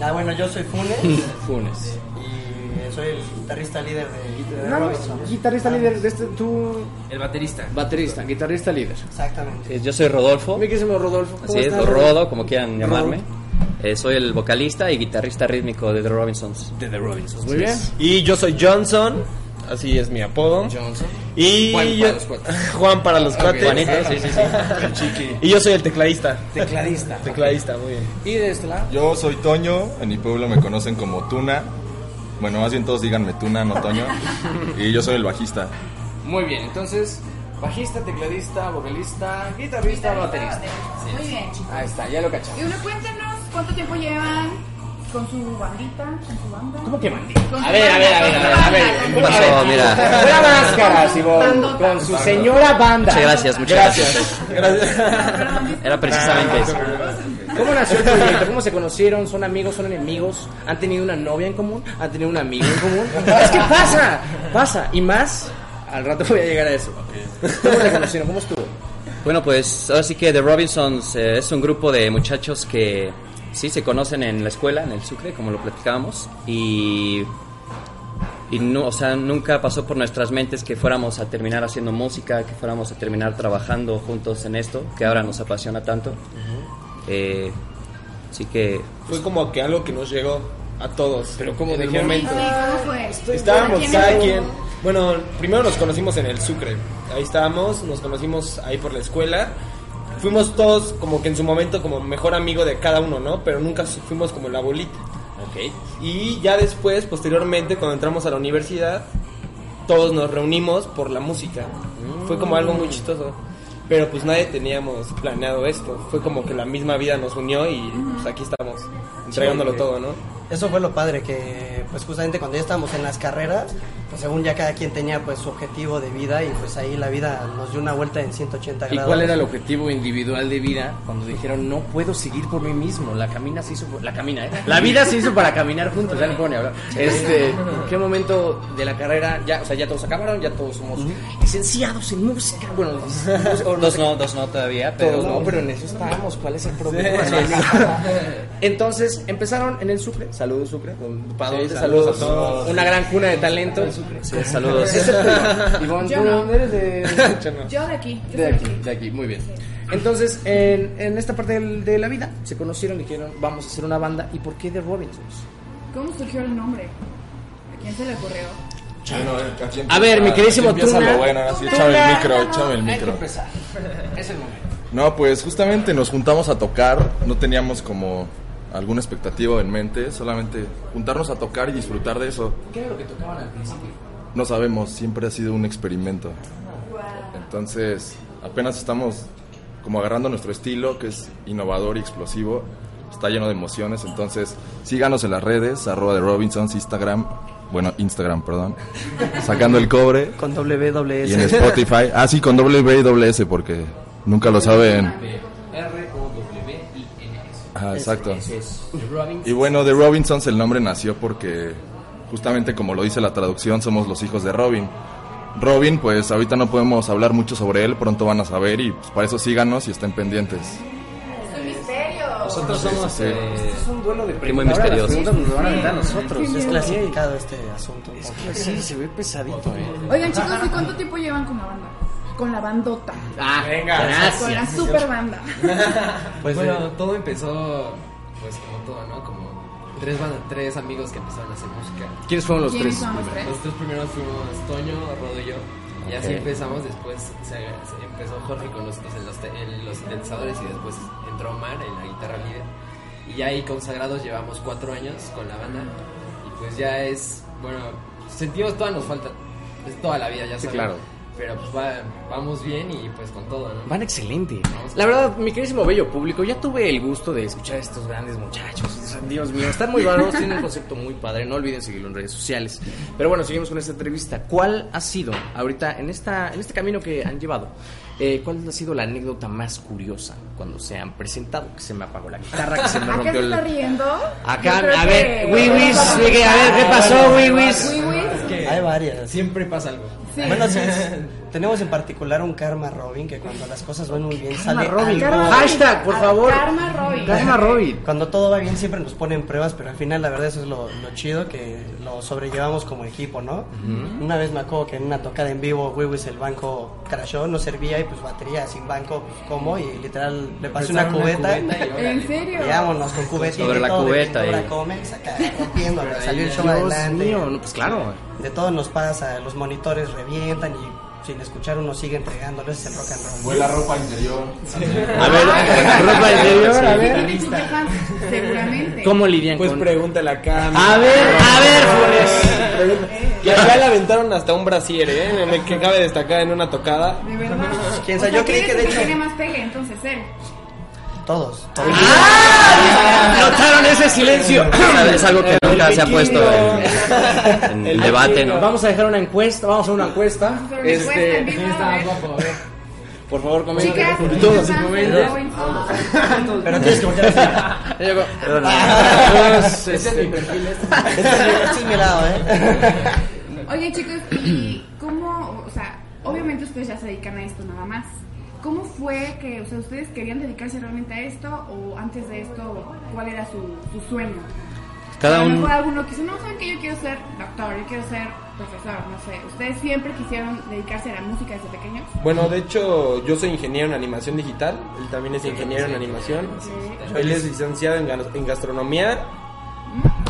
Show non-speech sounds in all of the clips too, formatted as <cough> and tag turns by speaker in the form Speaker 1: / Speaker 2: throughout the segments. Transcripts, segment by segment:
Speaker 1: ah, bueno, yo soy Funes
Speaker 2: Funes.
Speaker 1: y soy el guitarrista líder de, de
Speaker 3: No, no,
Speaker 1: Robinson.
Speaker 3: guitarrista líder de este, tú,
Speaker 4: El baterista.
Speaker 3: baterista, guitarrista líder.
Speaker 1: Exactamente.
Speaker 2: Eh, Yo soy Rodolfo.
Speaker 3: Mi querísimo Rodolfo. ¿cómo
Speaker 2: Así es,
Speaker 3: estás,
Speaker 2: o Rodo, como quieran
Speaker 3: Rodo.
Speaker 2: llamarme. Eh, soy el vocalista y guitarrista rítmico de The Robinsons.
Speaker 4: De The Robinsons.
Speaker 3: Muy bien.
Speaker 5: Y yo soy Johnson, así es mi apodo.
Speaker 4: Johnson.
Speaker 5: Y
Speaker 4: Juan para
Speaker 5: yo-
Speaker 4: los cuates.
Speaker 5: <laughs> Juan para los cuates.
Speaker 2: Juanito, sí, sí, sí.
Speaker 4: El chiqui.
Speaker 5: Y yo soy el tecladista.
Speaker 4: Tecladista.
Speaker 5: Tecladista, muy bien.
Speaker 3: Y de este lado.
Speaker 6: Yo soy Toño, en mi pueblo me conocen como Tuna. Bueno, más bien todos díganme Tuna, no Toño. Y yo soy el bajista.
Speaker 4: Muy bien, entonces, bajista, tecladista, vocalista, guitarrista, baterista.
Speaker 7: Muy bien, chicos.
Speaker 4: Ahí está, ya lo cachamos.
Speaker 7: Y bueno, cuéntenos cuánto tiempo llevan con su bandita, con su banda.
Speaker 3: ¿Cómo que bandita? <laughs>
Speaker 7: Con
Speaker 4: A
Speaker 7: su
Speaker 4: ver, a
Speaker 7: banda,
Speaker 4: ver, a
Speaker 7: con
Speaker 4: ver,
Speaker 7: su
Speaker 4: a ver, a
Speaker 7: banda,
Speaker 4: ver.
Speaker 7: con su
Speaker 2: ¿Qué pasó? Mira.
Speaker 3: Fuera máscaras, Ivonne,
Speaker 7: Bandota.
Speaker 3: con su señora banda.
Speaker 2: Muchas gracias, muchas gracias. Era precisamente eso.
Speaker 3: ¿Cómo nació el proyecto? ¿Cómo se conocieron? ¿Son amigos? ¿Son enemigos? ¿Han tenido una novia en común? ¿Han tenido un amigo en común? Es que pasa, pasa. Y más, al rato voy a llegar a eso. ¿Cómo se conocieron? ¿Cómo estuvo?
Speaker 2: Bueno, pues ahora sí que The Robinsons eh, es un grupo de muchachos que sí se conocen en la escuela, en el Sucre, como lo platicábamos, y, y no, o sea, nunca pasó por nuestras mentes que fuéramos a terminar haciendo música, que fuéramos a terminar trabajando juntos en esto, que ahora nos apasiona tanto. Eh, así que
Speaker 5: Fue como que algo que nos llegó a todos.
Speaker 3: Pero ¿cómo?
Speaker 5: en
Speaker 3: ¿De
Speaker 5: el
Speaker 3: qué
Speaker 5: momento.
Speaker 7: Sí, ¿cómo fue?
Speaker 5: Estábamos
Speaker 7: ¿Quién
Speaker 5: cada
Speaker 7: estuvo?
Speaker 5: quien. Bueno, primero nos conocimos en el Sucre. Ahí estábamos, nos conocimos ahí por la escuela. Fuimos todos como que en su momento como mejor amigo de cada uno, ¿no? Pero nunca fuimos como la bolita.
Speaker 2: Ok.
Speaker 5: Y ya después, posteriormente, cuando entramos a la universidad, todos nos reunimos por la música. Fue como algo muy chistoso. Pero pues nadie teníamos planeado esto. Fue como que la misma vida nos unió y pues aquí estamos, entregándolo todo, ¿no?
Speaker 1: Eso fue lo padre, que pues justamente cuando ya estábamos en las carreras, pues según ya cada quien tenía pues su objetivo de vida y pues ahí la vida nos dio una vuelta en 180
Speaker 3: ¿Y
Speaker 1: grados.
Speaker 3: cuál era el objetivo individual de vida cuando dijeron no puedo seguir por mí mismo? La camina se hizo por- la camina, ¿eh? La vida se hizo para caminar juntos, ya no puedo ni hablar. Este, ¿qué momento de la carrera ya, o sea, ya todos acabaron, ya todos somos licenciados en música? Bueno, o no
Speaker 2: Dos
Speaker 3: sé
Speaker 2: no, dos no todavía,
Speaker 3: pero
Speaker 2: pero...
Speaker 3: no, pero en eso estábamos, ¿cuál es el problema? Entonces empezaron en el Sucre, saludos Sucre, ¿para dónde? saludos,
Speaker 5: a todos.
Speaker 3: una gran cuna de talento. <laughs>
Speaker 2: Sí, Pues, saludos.
Speaker 3: Ivonne,
Speaker 7: Yo
Speaker 3: ¿tú
Speaker 7: no.
Speaker 3: dónde eres de
Speaker 7: Yo de aquí. yo
Speaker 3: de
Speaker 7: soy
Speaker 3: aquí, de aquí, muy bien. Entonces, en, en esta parte del- de la vida, se conocieron y dijeron, vamos a hacer una banda. ¿Y por qué The Robinsons?
Speaker 7: ¿Cómo surgió el nombre? ¿A quién se le ocurrió?
Speaker 6: Bueno, aquí empieza-
Speaker 3: A ver, mi queridísimo
Speaker 6: aquí empieza
Speaker 3: Tuna.
Speaker 6: lo bueno, ahora sí, échame el micro, échame el micro.
Speaker 3: Es el momento.
Speaker 6: No, pues justamente nos juntamos a tocar, no teníamos como alguna expectativa en mente, solamente juntarnos a tocar y disfrutar de eso.
Speaker 3: ¿Qué era lo que tocaban al principio?
Speaker 6: No sabemos, siempre ha sido un experimento. Entonces, apenas estamos como agarrando nuestro estilo, que es innovador y explosivo, está lleno de emociones, entonces síganos en las redes, arroba de Robinsons, Instagram, bueno, Instagram, perdón, <laughs> sacando el cobre,
Speaker 1: Con
Speaker 6: y en
Speaker 1: WWS.
Speaker 6: Spotify, ah sí, con WWS, porque nunca lo saben.
Speaker 4: R-O-W-I-N-S.
Speaker 6: Ah, exacto.
Speaker 4: Eso es The Robinsons.
Speaker 6: Y bueno, de Robinsons el nombre nació porque, justamente como lo dice la traducción, somos los hijos de Robin. Robin, pues ahorita no podemos hablar mucho sobre él, pronto van a saber y pues, para eso síganos y estén pendientes.
Speaker 7: Es un misterio.
Speaker 4: Nosotros somos.
Speaker 6: sí.
Speaker 4: eh,
Speaker 3: Es un duelo de
Speaker 2: este, Primo
Speaker 3: preguntas. Ahora las
Speaker 2: misterioso.
Speaker 3: preguntas nos lo van a aventar a nosotros.
Speaker 1: Es
Speaker 3: Es clasificado.
Speaker 1: clasificado este asunto.
Speaker 3: Es que sí, se ve pesadito. ¿eh?
Speaker 7: Oigan, chicos, ¿y cuánto tiempo llevan con la banda? Con la bandota.
Speaker 3: Ah,
Speaker 5: Venga.
Speaker 7: Con la
Speaker 3: gracias.
Speaker 7: super banda.
Speaker 1: Pues,
Speaker 4: bueno,
Speaker 1: eh,
Speaker 4: todo empezó, pues como todo, ¿no? Como tres, ban- tres amigos que empezaron a hacer música.
Speaker 3: ¿Quiénes fueron los
Speaker 7: ¿Quiénes
Speaker 3: tres?
Speaker 7: son los tres?
Speaker 4: Los tres primeros fuimos Toño, Rodo y yo. Y así empezamos, después se, se empezó Jorge con nosotros en los, te- en los sintetizadores y después entró Omar en la guitarra líder. Y ya ahí consagrados llevamos cuatro años con la banda. Y pues ya es, bueno, sentimos toda nos falta, es toda la vida, ya
Speaker 3: Sí,
Speaker 4: sabes.
Speaker 3: claro.
Speaker 4: Pero pues va- vamos bien y pues con todo, ¿no?
Speaker 3: Van excelente. La verdad, mi queridísimo bello público, ya tuve el gusto de escuchar a estos grandes muchachos. Dios mío, están muy bárbaros, tienen un concepto muy padre. No olviden seguirlo en redes sociales. Pero bueno, seguimos con esta entrevista. ¿Cuál ha sido, ahorita, en, esta, en este camino que han llevado, eh, cuál ha sido la anécdota más curiosa cuando se han presentado? Que se me apagó la guitarra, que se me
Speaker 7: ¿A qué
Speaker 3: rompió
Speaker 7: se está
Speaker 3: el...
Speaker 7: riendo?
Speaker 3: Acá,
Speaker 7: Yo creo
Speaker 3: a ver,
Speaker 7: que-
Speaker 3: Wiwis, sigue, a ver, ¿qué pasó, Wiwis?
Speaker 7: Wiwis.
Speaker 1: hay varias.
Speaker 4: Siempre pasa algo.
Speaker 7: Sí.
Speaker 1: Bueno, sí, tenemos en particular un karma Robin que cuando las cosas van muy bien sale
Speaker 3: Robin.
Speaker 1: algo-
Speaker 3: Hashtag, por
Speaker 7: Al
Speaker 3: favor.
Speaker 7: Karma Robin.
Speaker 3: Karma Robin.
Speaker 1: Cuando todo va bien siempre nos ponen pruebas, pero al final la verdad eso es lo, lo chido que lo sobrellevamos como equipo, ¿no? Una vez me acuerdo que en una tocada en vivo, Wiwis el banco crashó, no servía y pues batería sin banco, pues como y literal le pasé una
Speaker 4: Prestaron
Speaker 1: cubeta.
Speaker 4: cubeta y órale.
Speaker 7: ¿En serio?
Speaker 1: y vámonos con cubeta y
Speaker 2: Sobre
Speaker 1: de
Speaker 2: la
Speaker 1: todo, de
Speaker 2: cubeta,
Speaker 1: pintura
Speaker 2: y-
Speaker 1: Comex, acá, rompiendo,
Speaker 4: Pero
Speaker 1: salió el
Speaker 4: ahí,
Speaker 1: show
Speaker 3: Dios
Speaker 1: adelante.
Speaker 3: mío, no, pues claro.
Speaker 1: De todo nos pasa, los monitores revientan y sin escuchar uno siguen pegando, ese es el rock and roll.
Speaker 6: Fue la ropa interior.
Speaker 3: A ver,
Speaker 7: Ah,
Speaker 3: ropa interior, a ver.
Speaker 7: Tiene muchos fans, seguramente.
Speaker 3: ¿Cómo lidian
Speaker 5: Pues
Speaker 3: con...?
Speaker 5: pregúntale a Cam.
Speaker 3: A ver, a ver, Funes.
Speaker 5: Y acá le aventaron hasta un brasier, ¿eh? Me- Que cabe destacar en una tocada.
Speaker 7: De verdad.
Speaker 1: ¿Quién sabe? Yo
Speaker 7: ¿quién
Speaker 1: creí
Speaker 7: es
Speaker 1: que de
Speaker 7: el
Speaker 1: hecho-
Speaker 7: tiene más pegue, entonces él.
Speaker 1: Todos.
Speaker 3: Ah, ¿Notaron
Speaker 2: <laughs>
Speaker 3: ese silencio?
Speaker 2: Es algo que nunca se ha puesto en, en el debate, ¿no?
Speaker 3: Vamos a dejar una encuesta, vamos a hacer una encuesta.
Speaker 7: Pero después en
Speaker 3: Este,
Speaker 7: vivo,
Speaker 4: ¿Quién está más guapo? A ver.
Speaker 3: por favor, comenten.
Speaker 7: Chicas,
Speaker 3: Y
Speaker 7: todos
Speaker 3: todos.
Speaker 7: fans de Robinson.
Speaker 1: Pero tienes que voltear así.
Speaker 3: Yo digo, todos,
Speaker 4: Ese es
Speaker 3: este,
Speaker 4: mi perfil. este.
Speaker 1: Este es mi- este es mi lado, ¿eh?
Speaker 7: Oye, chicos, ¿y cómo, o sea, obviamente ustedes ya se dedican a esto nada más? ¿Cómo fue que, o sea, ustedes querían dedicarse realmente a esto o antes de esto, cuál era su, su sueño?
Speaker 2: Cada
Speaker 7: a lo
Speaker 2: uno...
Speaker 7: mejor alguno quiso, no, saben que yo quiero ser doctor, yo quiero ser profesor, no sé. ¿Ustedes siempre quisieron dedicarse a la música desde pequeños?
Speaker 5: Bueno, de hecho, yo soy ingeniero en animación digital. Él también es ingeniero en animación. Él es licenciado en, gas- en gastronomía.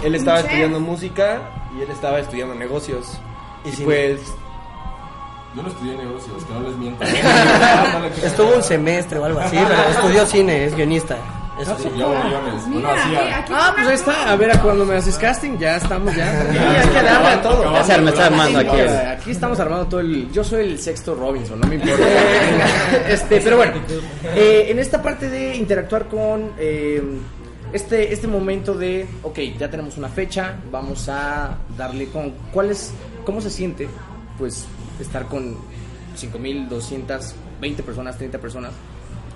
Speaker 5: Él estaba
Speaker 7: Chef.
Speaker 5: estudiando música y él estaba estudiando negocios. Y
Speaker 1: sí.
Speaker 5: pues,
Speaker 6: Yo no estudié negocios, que no les miento.
Speaker 1: <laughs> Estuvo un semestre o algo así, pero estudió cine, es guionista. Eso sí.
Speaker 6: Yo aviones. Bueno,
Speaker 7: Pues Mira, aquí,
Speaker 6: hacía.
Speaker 7: aquí
Speaker 3: Ah, pues ahí está. A ver a cuándo me haces casting. Ya estamos, ya. Sí, hay que darle a todo.
Speaker 2: Ya se me está armando aquí. el-
Speaker 3: Ahora, Aquí estamos armando todo el. Yo soy el sexto Robinson, no me
Speaker 2: <laughs>
Speaker 3: importa. este, pero bueno, eh, en esta parte de interactuar con eh, este, este momento de, ok, ya tenemos una fecha, vamos a darle con. ¿Cuál es, ¿Cómo se siente, pues, estar con 5.220 personas, 30 personas?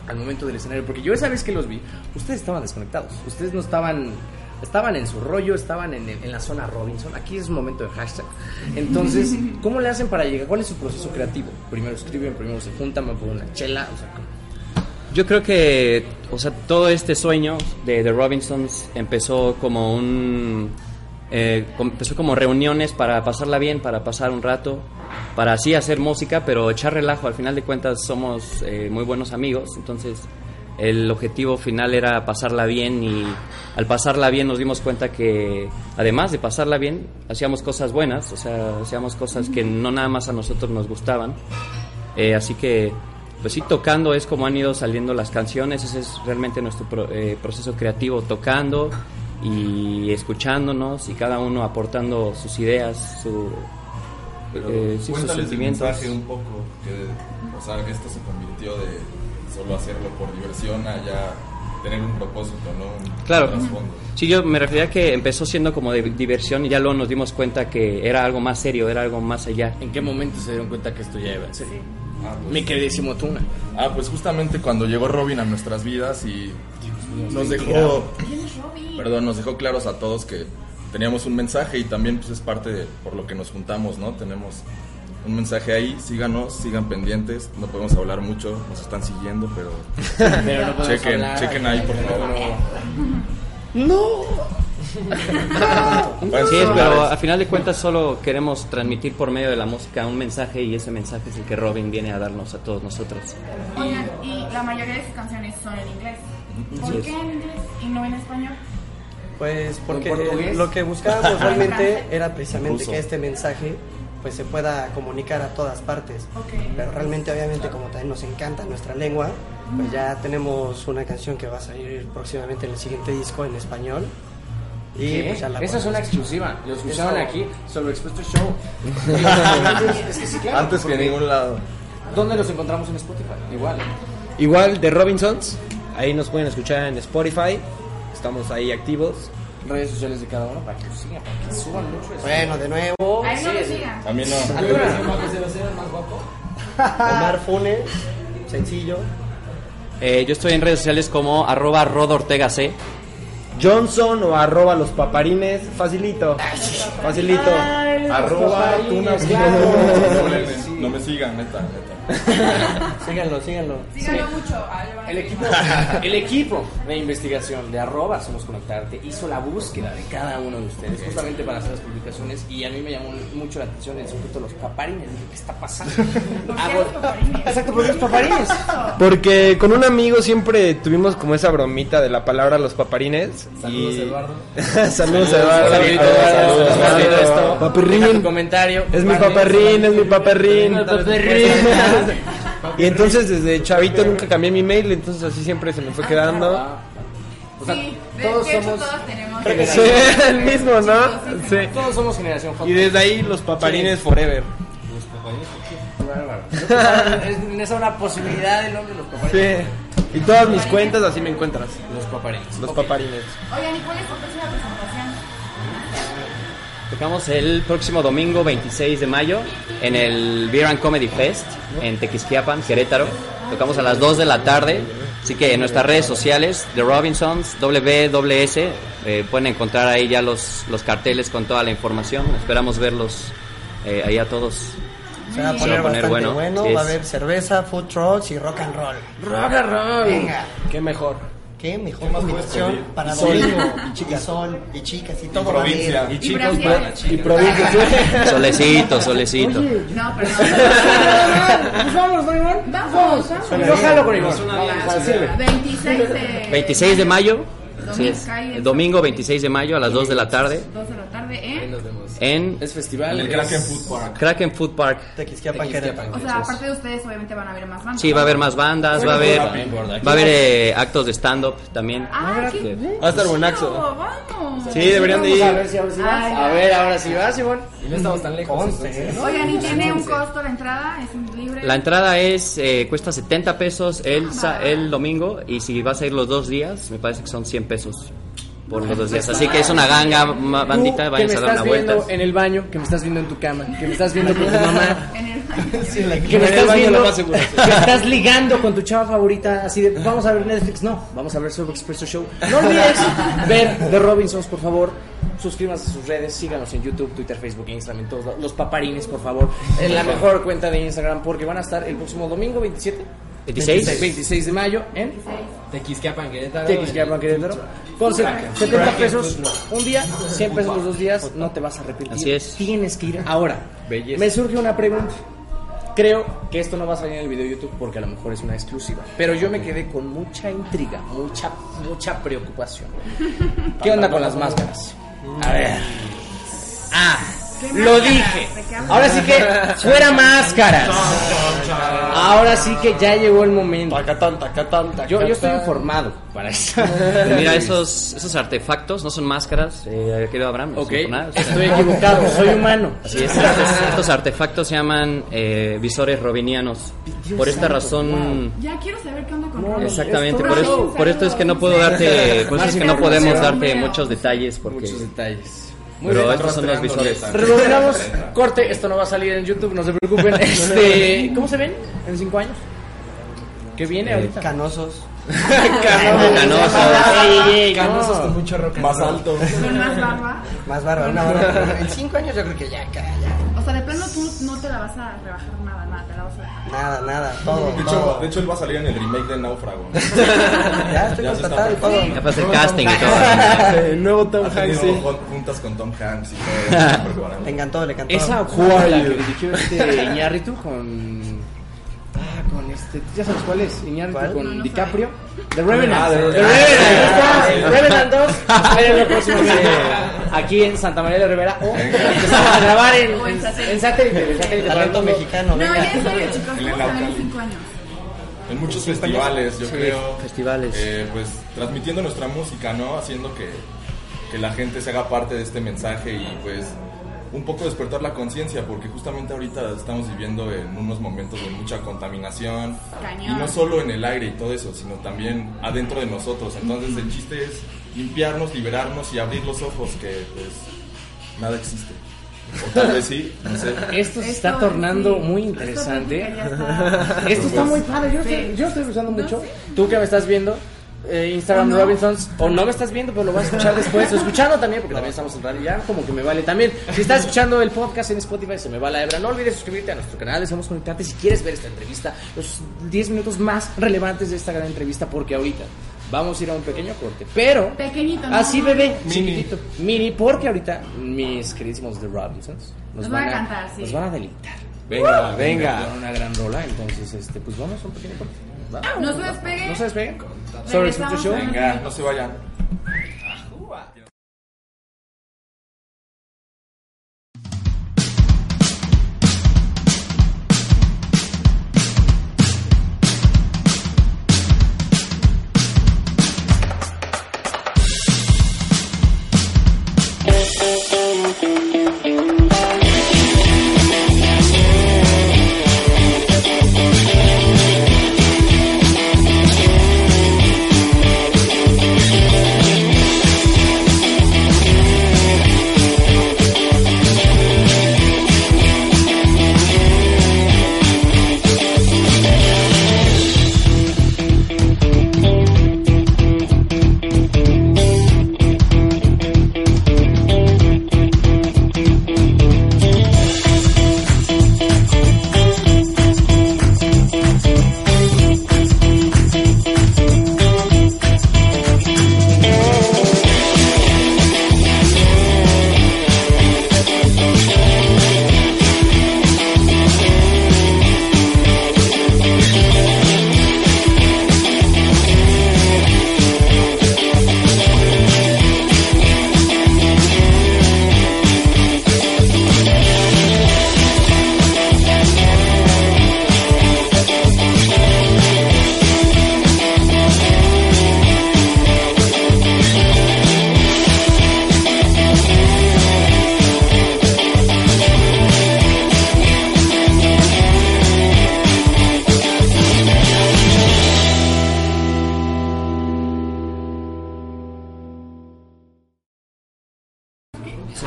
Speaker 3: Al momento del escenario, porque yo esa vez que los vi, ustedes estaban desconectados, ustedes no estaban, estaban en su rollo, estaban en, en la zona Robinson. Aquí es momento de hashtag. Entonces,
Speaker 1: <laughs>
Speaker 3: ¿cómo le hacen para llegar? ¿Cuál es su proceso creativo? Primero escriben, primero se juntan, van por una chela, o sea, ¿cómo?
Speaker 2: Yo creo que, o sea, todo este sueño de The Robinsons empezó como un... eh, com- empezó como reuniones para pasarla bien, para pasar un rato, para así hacer música, pero echar relajo. Al final de cuentas somos eh, muy buenos amigos, entonces el objetivo final era pasarla bien y al pasarla bien nos dimos cuenta que además de pasarla bien, hacíamos cosas buenas, o sea, hacíamos cosas que no nada más a nosotros nos gustaban. Eh, así que, pues sí, tocando es como han ido saliendo las canciones, ese es realmente nuestro pro- eh, proceso creativo, tocando y escuchándonos y cada uno aportando sus ideas, su, eh, sí, sus
Speaker 6: Cuéntales el
Speaker 2: sentimientos.
Speaker 6: mensaje un poco, que, o sea, que esto se convirtió de solo hacerlo por diversión a ya tener un propósito, ¿no? Un
Speaker 2: Claro.
Speaker 6: trasfondo.
Speaker 2: Sí, yo me refería a que empezó siendo como de diversión y ya luego nos dimos cuenta que era algo más serio, era algo más allá.
Speaker 3: ¿en qué momento se dieron cuenta que esto ya iba a ser?
Speaker 6: Ah, pues-
Speaker 3: Mi queridísimo Tuna.
Speaker 6: Ah, pues justamente cuando llegó Robin a nuestras vidas y nos dejó, perdón, nos dejó claros a todos que teníamos un mensaje y también pues es parte de por lo que nos juntamos, ¿no? Tenemos un mensaje ahí, síganos, sigan pendientes, no podemos hablar mucho, nos están siguiendo, pero
Speaker 3: Pero no podemos
Speaker 6: chequen,
Speaker 3: hablar.
Speaker 6: chequen ahí por favor. <laughs> Pues,
Speaker 2: Sí, pero a final de cuentas solo queremos transmitir por medio de la música un mensaje y ese mensaje es el que Robin viene a darnos a todos nosotros.
Speaker 7: Oigan, y la mayoría de sus canciones son en inglés. ¿Por qué en inglés y no en español?
Speaker 1: Pues porque
Speaker 3: ¿En portugués?
Speaker 1: lo que buscábamos
Speaker 3: <laughs>
Speaker 1: realmente era precisamente que este mensaje pues se pueda comunicar a todas partes.
Speaker 7: Ok.
Speaker 1: Pero realmente obviamente como también nos encanta nuestra lengua, pues ya tenemos una canción que va a salir próximamente en el siguiente disco en español. Y
Speaker 3: ¿Qué?
Speaker 1: pues ya la
Speaker 3: Esa es una exclusiva. Lo escucharon
Speaker 1: Eso.
Speaker 3: aquí, sobre Expuesto Show.
Speaker 6: <laughs>
Speaker 3: es que sí, claro.
Speaker 6: Antes que en
Speaker 3: porque-
Speaker 6: ningún lado.
Speaker 3: ¿Dónde los encontramos en Spotify? Igual.
Speaker 5: igual de Robinsons, ahí nos pueden escuchar en Spotify. Estamos ahí activos.
Speaker 3: Redes sociales de cada uno para que lo sigan, para que suban mucho. eso.
Speaker 1: Bueno, de nuevo,
Speaker 7: Ahí no lo sigan.
Speaker 6: A mí no.
Speaker 1: Omar Funes, sencillo.
Speaker 2: Eh, yo estoy en redes sociales como arroba Rod Ortega C.
Speaker 5: Johnson o arroba los paparines, facilito. Facilito.
Speaker 6: Arroba tuna.
Speaker 3: claro.
Speaker 6: Doble N.
Speaker 5: sigue.
Speaker 6: No me sigan, neta, neta.
Speaker 5: Síganlo, síganlo.
Speaker 7: Síganlo mucho. a Álvaro
Speaker 3: El <laughs> equipo,
Speaker 7: Guevara.
Speaker 3: el equipo de investigación de arroba Somos Conectarte hizo la búsqueda de cada uno de ustedes justamente para hacer las publicaciones y a mí me llamó mucho la atención el sujeto de los paparines. Dije, ¿qué está <laughs> pasando?
Speaker 7: ¿Por qué
Speaker 3: Hago-
Speaker 7: los paparines?
Speaker 3: Exacto, pues, ¿por qué los paparines?
Speaker 5: Porque con un amigo siempre tuvimos como esa bromita de la palabra los paparines.
Speaker 4: Saludos,
Speaker 5: y-
Speaker 4: Eduardo.
Speaker 5: <laughs> saludos, Eduardo.
Speaker 3: Saludos,
Speaker 5: Saludos,
Speaker 3: saludos,
Speaker 5: Eduardo.
Speaker 3: saludos, esto. Deja tu
Speaker 5: Paparrín.
Speaker 3: comentario.
Speaker 5: Es mi paparrín, es mi paparrín. <laughs>
Speaker 3: Paparrín.
Speaker 5: Y entonces desde chavito nunca cambié mi mail, entonces así siempre se me fue quedando.
Speaker 3: O sea,
Speaker 7: sí, de
Speaker 3: todos
Speaker 7: hecho,
Speaker 3: somos-
Speaker 7: todos tenemos.
Speaker 3: Creo que
Speaker 5: Sí, el mismo, ¿no? Sí.
Speaker 3: Todos somos generación Hot.
Speaker 5: Y desde ahí los paparines forever.
Speaker 3: Bárbaro. Los paparines, <laughs> es- Es una posibilidad del nombre de los paparines.
Speaker 5: Sí. Y todas mis cuentas así me encuentras.
Speaker 3: Los paparines.
Speaker 5: Los
Speaker 3: Ok.
Speaker 5: paparines.
Speaker 7: Oigan, ¿y cuál es tu próxima presentación?
Speaker 2: Tocamos el próximo domingo 26 de mayo en el Beer and Comedy Fest en Tequisquiapan, Querétaro. Tocamos a las 2 de la tarde. Así que en nuestras redes sociales, The Robinsons, WWS, eh, pueden encontrar ahí ya los, los carteles con toda la información. Esperamos verlos eh, ahí a todos.
Speaker 1: Se va a
Speaker 2: Se
Speaker 1: poner, bastante bueno.
Speaker 2: sí
Speaker 1: va a
Speaker 2: es.
Speaker 1: haber cerveza, food trucks y rock and roll.
Speaker 5: Rock and roll.
Speaker 1: Venga.
Speaker 5: Qué mejor.
Speaker 1: ¿Qué mejor combinación para
Speaker 5: sol.
Speaker 1: domingo? Y chicas. sol, y chicas, y todo va a haber.
Speaker 6: Provincia.
Speaker 7: Y Brasil.
Speaker 5: pues, Y provincias.
Speaker 2: Solecito, solecito.
Speaker 7: No, pero no.
Speaker 3: Pues vámonos, ¿no, Iván?
Speaker 7: <laughs> Vamos, vamos.
Speaker 3: Yo jalo con Iván. Vamos,
Speaker 7: Vamos.
Speaker 3: sirve.
Speaker 7: 26 de...
Speaker 2: 26 de mayo.
Speaker 7: Domingo,
Speaker 2: sí es.
Speaker 7: calle.
Speaker 2: El domingo 26 de mayo a las 2 de la tarde
Speaker 7: 2 de la tarde,
Speaker 4: Ahí
Speaker 7: ¿eh?
Speaker 4: nos vemos.
Speaker 2: en
Speaker 3: Es festival.
Speaker 6: El
Speaker 3: es-
Speaker 6: Kraken Food Park.
Speaker 2: Kraken Food Park.
Speaker 1: Tequisquiapan, Querétaro.
Speaker 7: O sea, aparte de ustedes, obviamente van a haber más bandas.
Speaker 2: Sí, va a haber más bandas, va a haber, va a haber eh, actos de stand-up también.
Speaker 7: Ah, qué
Speaker 2: Que-
Speaker 5: Va a estar
Speaker 7: chido,
Speaker 5: buenaxo.
Speaker 7: Vamos.
Speaker 5: Sí, deberían de
Speaker 3: Vamos a ver
Speaker 5: ir.
Speaker 3: si ahora sí vas.
Speaker 7: Ay.
Speaker 3: A ver, ahora sí vas, Iván.
Speaker 4: Y no estamos tan lejos. entonces.
Speaker 7: Oigan, ¿y tiene un costo la entrada? ¿Es libre?
Speaker 2: La entrada es eh, cuesta 70 pesos el, sa- el domingo y si vas a ir los dos días, me parece que son 100 pesos por los dos días. Así que es una ganga, ma- bandita,
Speaker 3: Tú que me
Speaker 2: vayan a dar una
Speaker 3: estás viendo
Speaker 2: vuelta.
Speaker 3: en el baño, que me estás viendo en tu cama, que me estás
Speaker 2: <laughs>
Speaker 3: viendo con tu mamá,
Speaker 7: En el...
Speaker 1: Sí, la
Speaker 3: que
Speaker 1: que-
Speaker 3: me
Speaker 5: En el
Speaker 3: estás
Speaker 5: baño
Speaker 3: viendo,
Speaker 5: lo más seguro.
Speaker 3: que estás ligando con tu chava favorita, así de vamos a ver Netflix, no, vamos a ver Surf Expresso Show. No olvides ver The Robinsons, por favor. Suscríbanse a sus redes, síganos en YouTube, Twitter, Facebook, Instagram, en todos lados. Los paparines, por favor, en la mejor cuenta de Instagram, porque van a estar el próximo domingo 27,
Speaker 2: 26.
Speaker 3: 26 de mayo en
Speaker 4: Tequisquiapan, Querétaro.
Speaker 3: Tequisquiapan, Querétaro. Con se- 70 pesos un día, 100 pesos los dos días, no te vas a arrepentir.
Speaker 2: Así es.
Speaker 3: Tienes que ir. Ahora,
Speaker 2: Belleza.
Speaker 3: me surge una pregunta. Creo que esto no va a salir en el video de YouTube porque a lo mejor es una exclusiva. Pero yo me quedé con mucha intriga, mucha, mucha <laughs> preocupación. ¿Qué onda con las máscaras? A ver. Ah,
Speaker 7: <laughs> ¿Qué
Speaker 3: lo
Speaker 7: máscaras?
Speaker 3: dije.
Speaker 7: ¿De qué hablas?
Speaker 3: Ahora sí que <laughs> fuera máscaras. Ahora sí que ya llegó el momento.
Speaker 5: Tacatán, tacatán, tacatán.
Speaker 3: Yo, yo estoy informado para eso.
Speaker 2: Pues mira, esos, esos artefactos no son máscaras, eh, querido Abraham. no
Speaker 3: Ok,
Speaker 2: son nada, o sea,
Speaker 3: estoy equivocado, soy humano.
Speaker 2: Así es, estos, estos artefactos se llaman eh, visores robinianos. Por esta razón...
Speaker 7: Ya quiero saber qué onda con Robin.
Speaker 2: Exactamente,
Speaker 7: Robin,
Speaker 2: por eso, por esto es que no puedo
Speaker 3: <laughs>
Speaker 7: saludos.
Speaker 2: darte, por eso es que no podemos darte
Speaker 7: Mira.
Speaker 2: muchos detalles porque
Speaker 3: Muchos detalles.
Speaker 2: pero estos son los visores.
Speaker 3: Rebobinamos, corte, esto no va a salir en YouTube, no se preocupen. <laughs> Este, ¿Cómo se ven en cinco años? ¿Qué viene ahorita?
Speaker 1: Canosos.
Speaker 2: <laughs> Canosos.
Speaker 3: Ey, ey, ey, no.
Speaker 1: mucho rock
Speaker 6: Más alto.
Speaker 7: Con más barba.
Speaker 1: Más barba, una barba. En cinco años yo creo que ya, cara, ya.
Speaker 7: O sea, de plano tú no te la vas a rebajar nada, nada, te la vas a dejar.
Speaker 1: Nada, nada, todo,
Speaker 6: De hecho,
Speaker 1: todo.
Speaker 6: de hecho, él va a salir en el remake de Náufrago.
Speaker 1: Ya estoy
Speaker 6: Ya se
Speaker 1: contratado y
Speaker 6: está
Speaker 1: todo.
Speaker 2: Ya pasé el casting y todo.
Speaker 5: <laughs> El nuevo Tom
Speaker 6: Ha
Speaker 5: Hanks,
Speaker 6: tenido
Speaker 5: sí.
Speaker 6: jun- juntas con Tom Hanks y todo. por
Speaker 1: Te
Speaker 6: 40.
Speaker 1: encantó, le encantó.
Speaker 3: Esa jugada Ah, que dirigió este Iñárritu con. Ah, con este. ¿Ya sabes cuál es? Iñárritu
Speaker 1: ¿Cuál?
Speaker 3: con
Speaker 7: No, no
Speaker 3: DiCaprio. The Revenant.
Speaker 6: Ah, The
Speaker 3: The
Speaker 6: Revenant.
Speaker 5: Ah,
Speaker 3: Revenant. Revenant 2. Espérenlo el próximo día. Aquí en Santa María de Rivera. O empezamos a grabar en,
Speaker 7: O en
Speaker 3: en,
Speaker 7: satélite.
Speaker 3: en satélite. En satélite para
Speaker 1: talento
Speaker 3: todo México.
Speaker 1: mexicano,
Speaker 7: No, ya en
Speaker 1: venga.
Speaker 7: serio, chicos, ¿cómo se ven en cinco años?
Speaker 6: En muchos festivales, yo creo.
Speaker 2: Festivales.
Speaker 6: Eh, pues transmitiendo nuestra música, ¿no? Haciendo que, que la gente se haga parte de este mensaje y pues un poco despertar la conciencia, porque justamente ahorita estamos viviendo en unos momentos de mucha contaminación.
Speaker 7: Cañón.
Speaker 6: Y no solo en el aire y todo eso, sino también adentro de nosotros. Entonces el chiste es limpiarnos, liberarnos y abrir los ojos, que pues nada existe. O tal vez sí, no sé.
Speaker 3: Esto se está
Speaker 7: Esto,
Speaker 3: tornando
Speaker 7: sí,
Speaker 3: muy
Speaker 7: esto
Speaker 3: interesante.
Speaker 7: ya está.
Speaker 3: <laughs> Esto está muy padre, yo lo estoy, yo lo estoy usando mucho. Tú que me estás viendo, eh, Instagram Robinsons. O no me estás viendo, pero lo vas a escuchar después. O escuchando también, porque también estamos en radio. Ya como que me vale también. Si estás escuchando el podcast en Spotify, se me va la hebra. No olvides suscribirte a nuestro canal. Deseamos conectarte si quieres ver esta entrevista. Los 10 minutos más relevantes de esta gran entrevista, porque ahorita vamos a ir a un pequeño corte. Pero.
Speaker 7: Pequeñito, ¿no?
Speaker 3: Así, bebé. Chiquitito. Mini, porque ahorita mis queridísimos The Robinsons
Speaker 7: Nos van a cantar, sí.
Speaker 3: Nos van a deleitar.
Speaker 8: Venga,
Speaker 6: Ah.
Speaker 3: Venga. Con una gran rola, entonces, este, pues vamos a un pequeño corte. ¿va?
Speaker 7: No se despeguen.
Speaker 3: ¿No se despeguen? Sobre
Speaker 7: Ah, Regresamos
Speaker 3: Sushi Show.
Speaker 7: en un
Speaker 8: Venga, no se vayan.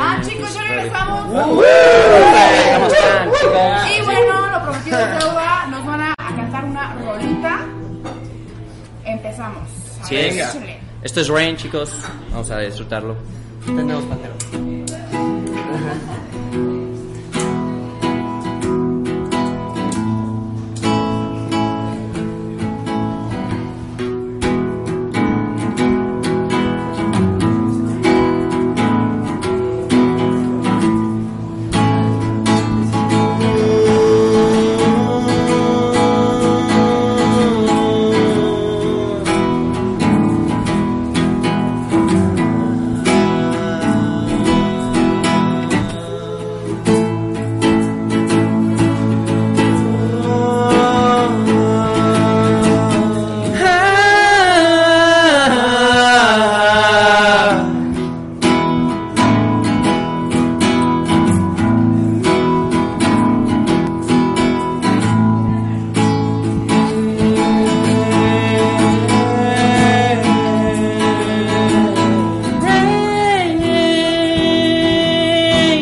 Speaker 7: Ah, chicos, ya regresamos. Uh,
Speaker 3: ¿Cómo están, chicos?
Speaker 7: Y bueno, lo prometido es deuda. Nos van a cantar una rolita. Empezamos. A
Speaker 9: Sí,
Speaker 7: ver,
Speaker 9: venga.
Speaker 7: échale.
Speaker 9: Esto es Rain, chicos. Vamos a disfrutarlo.
Speaker 2: Tenemos pandero.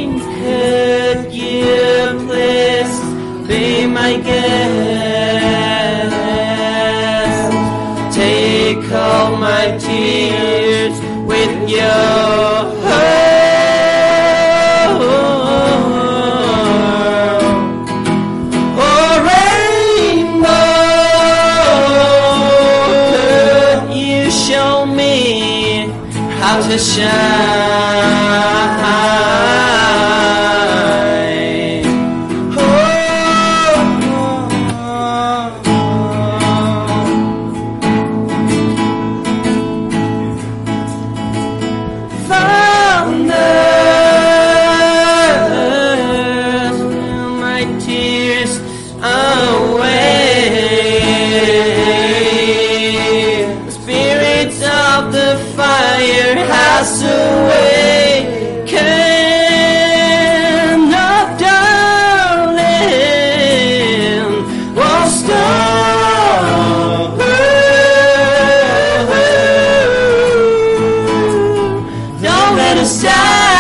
Speaker 9: Could you please be my guest? Take all my tears with your Oh, rainbow, could you show me how to
Speaker 5: Ah,
Speaker 9: shine? Oh, Founders, my tears away. Spirits of the fire has awakened. Of darling, oh star. Don't let us die. Oh.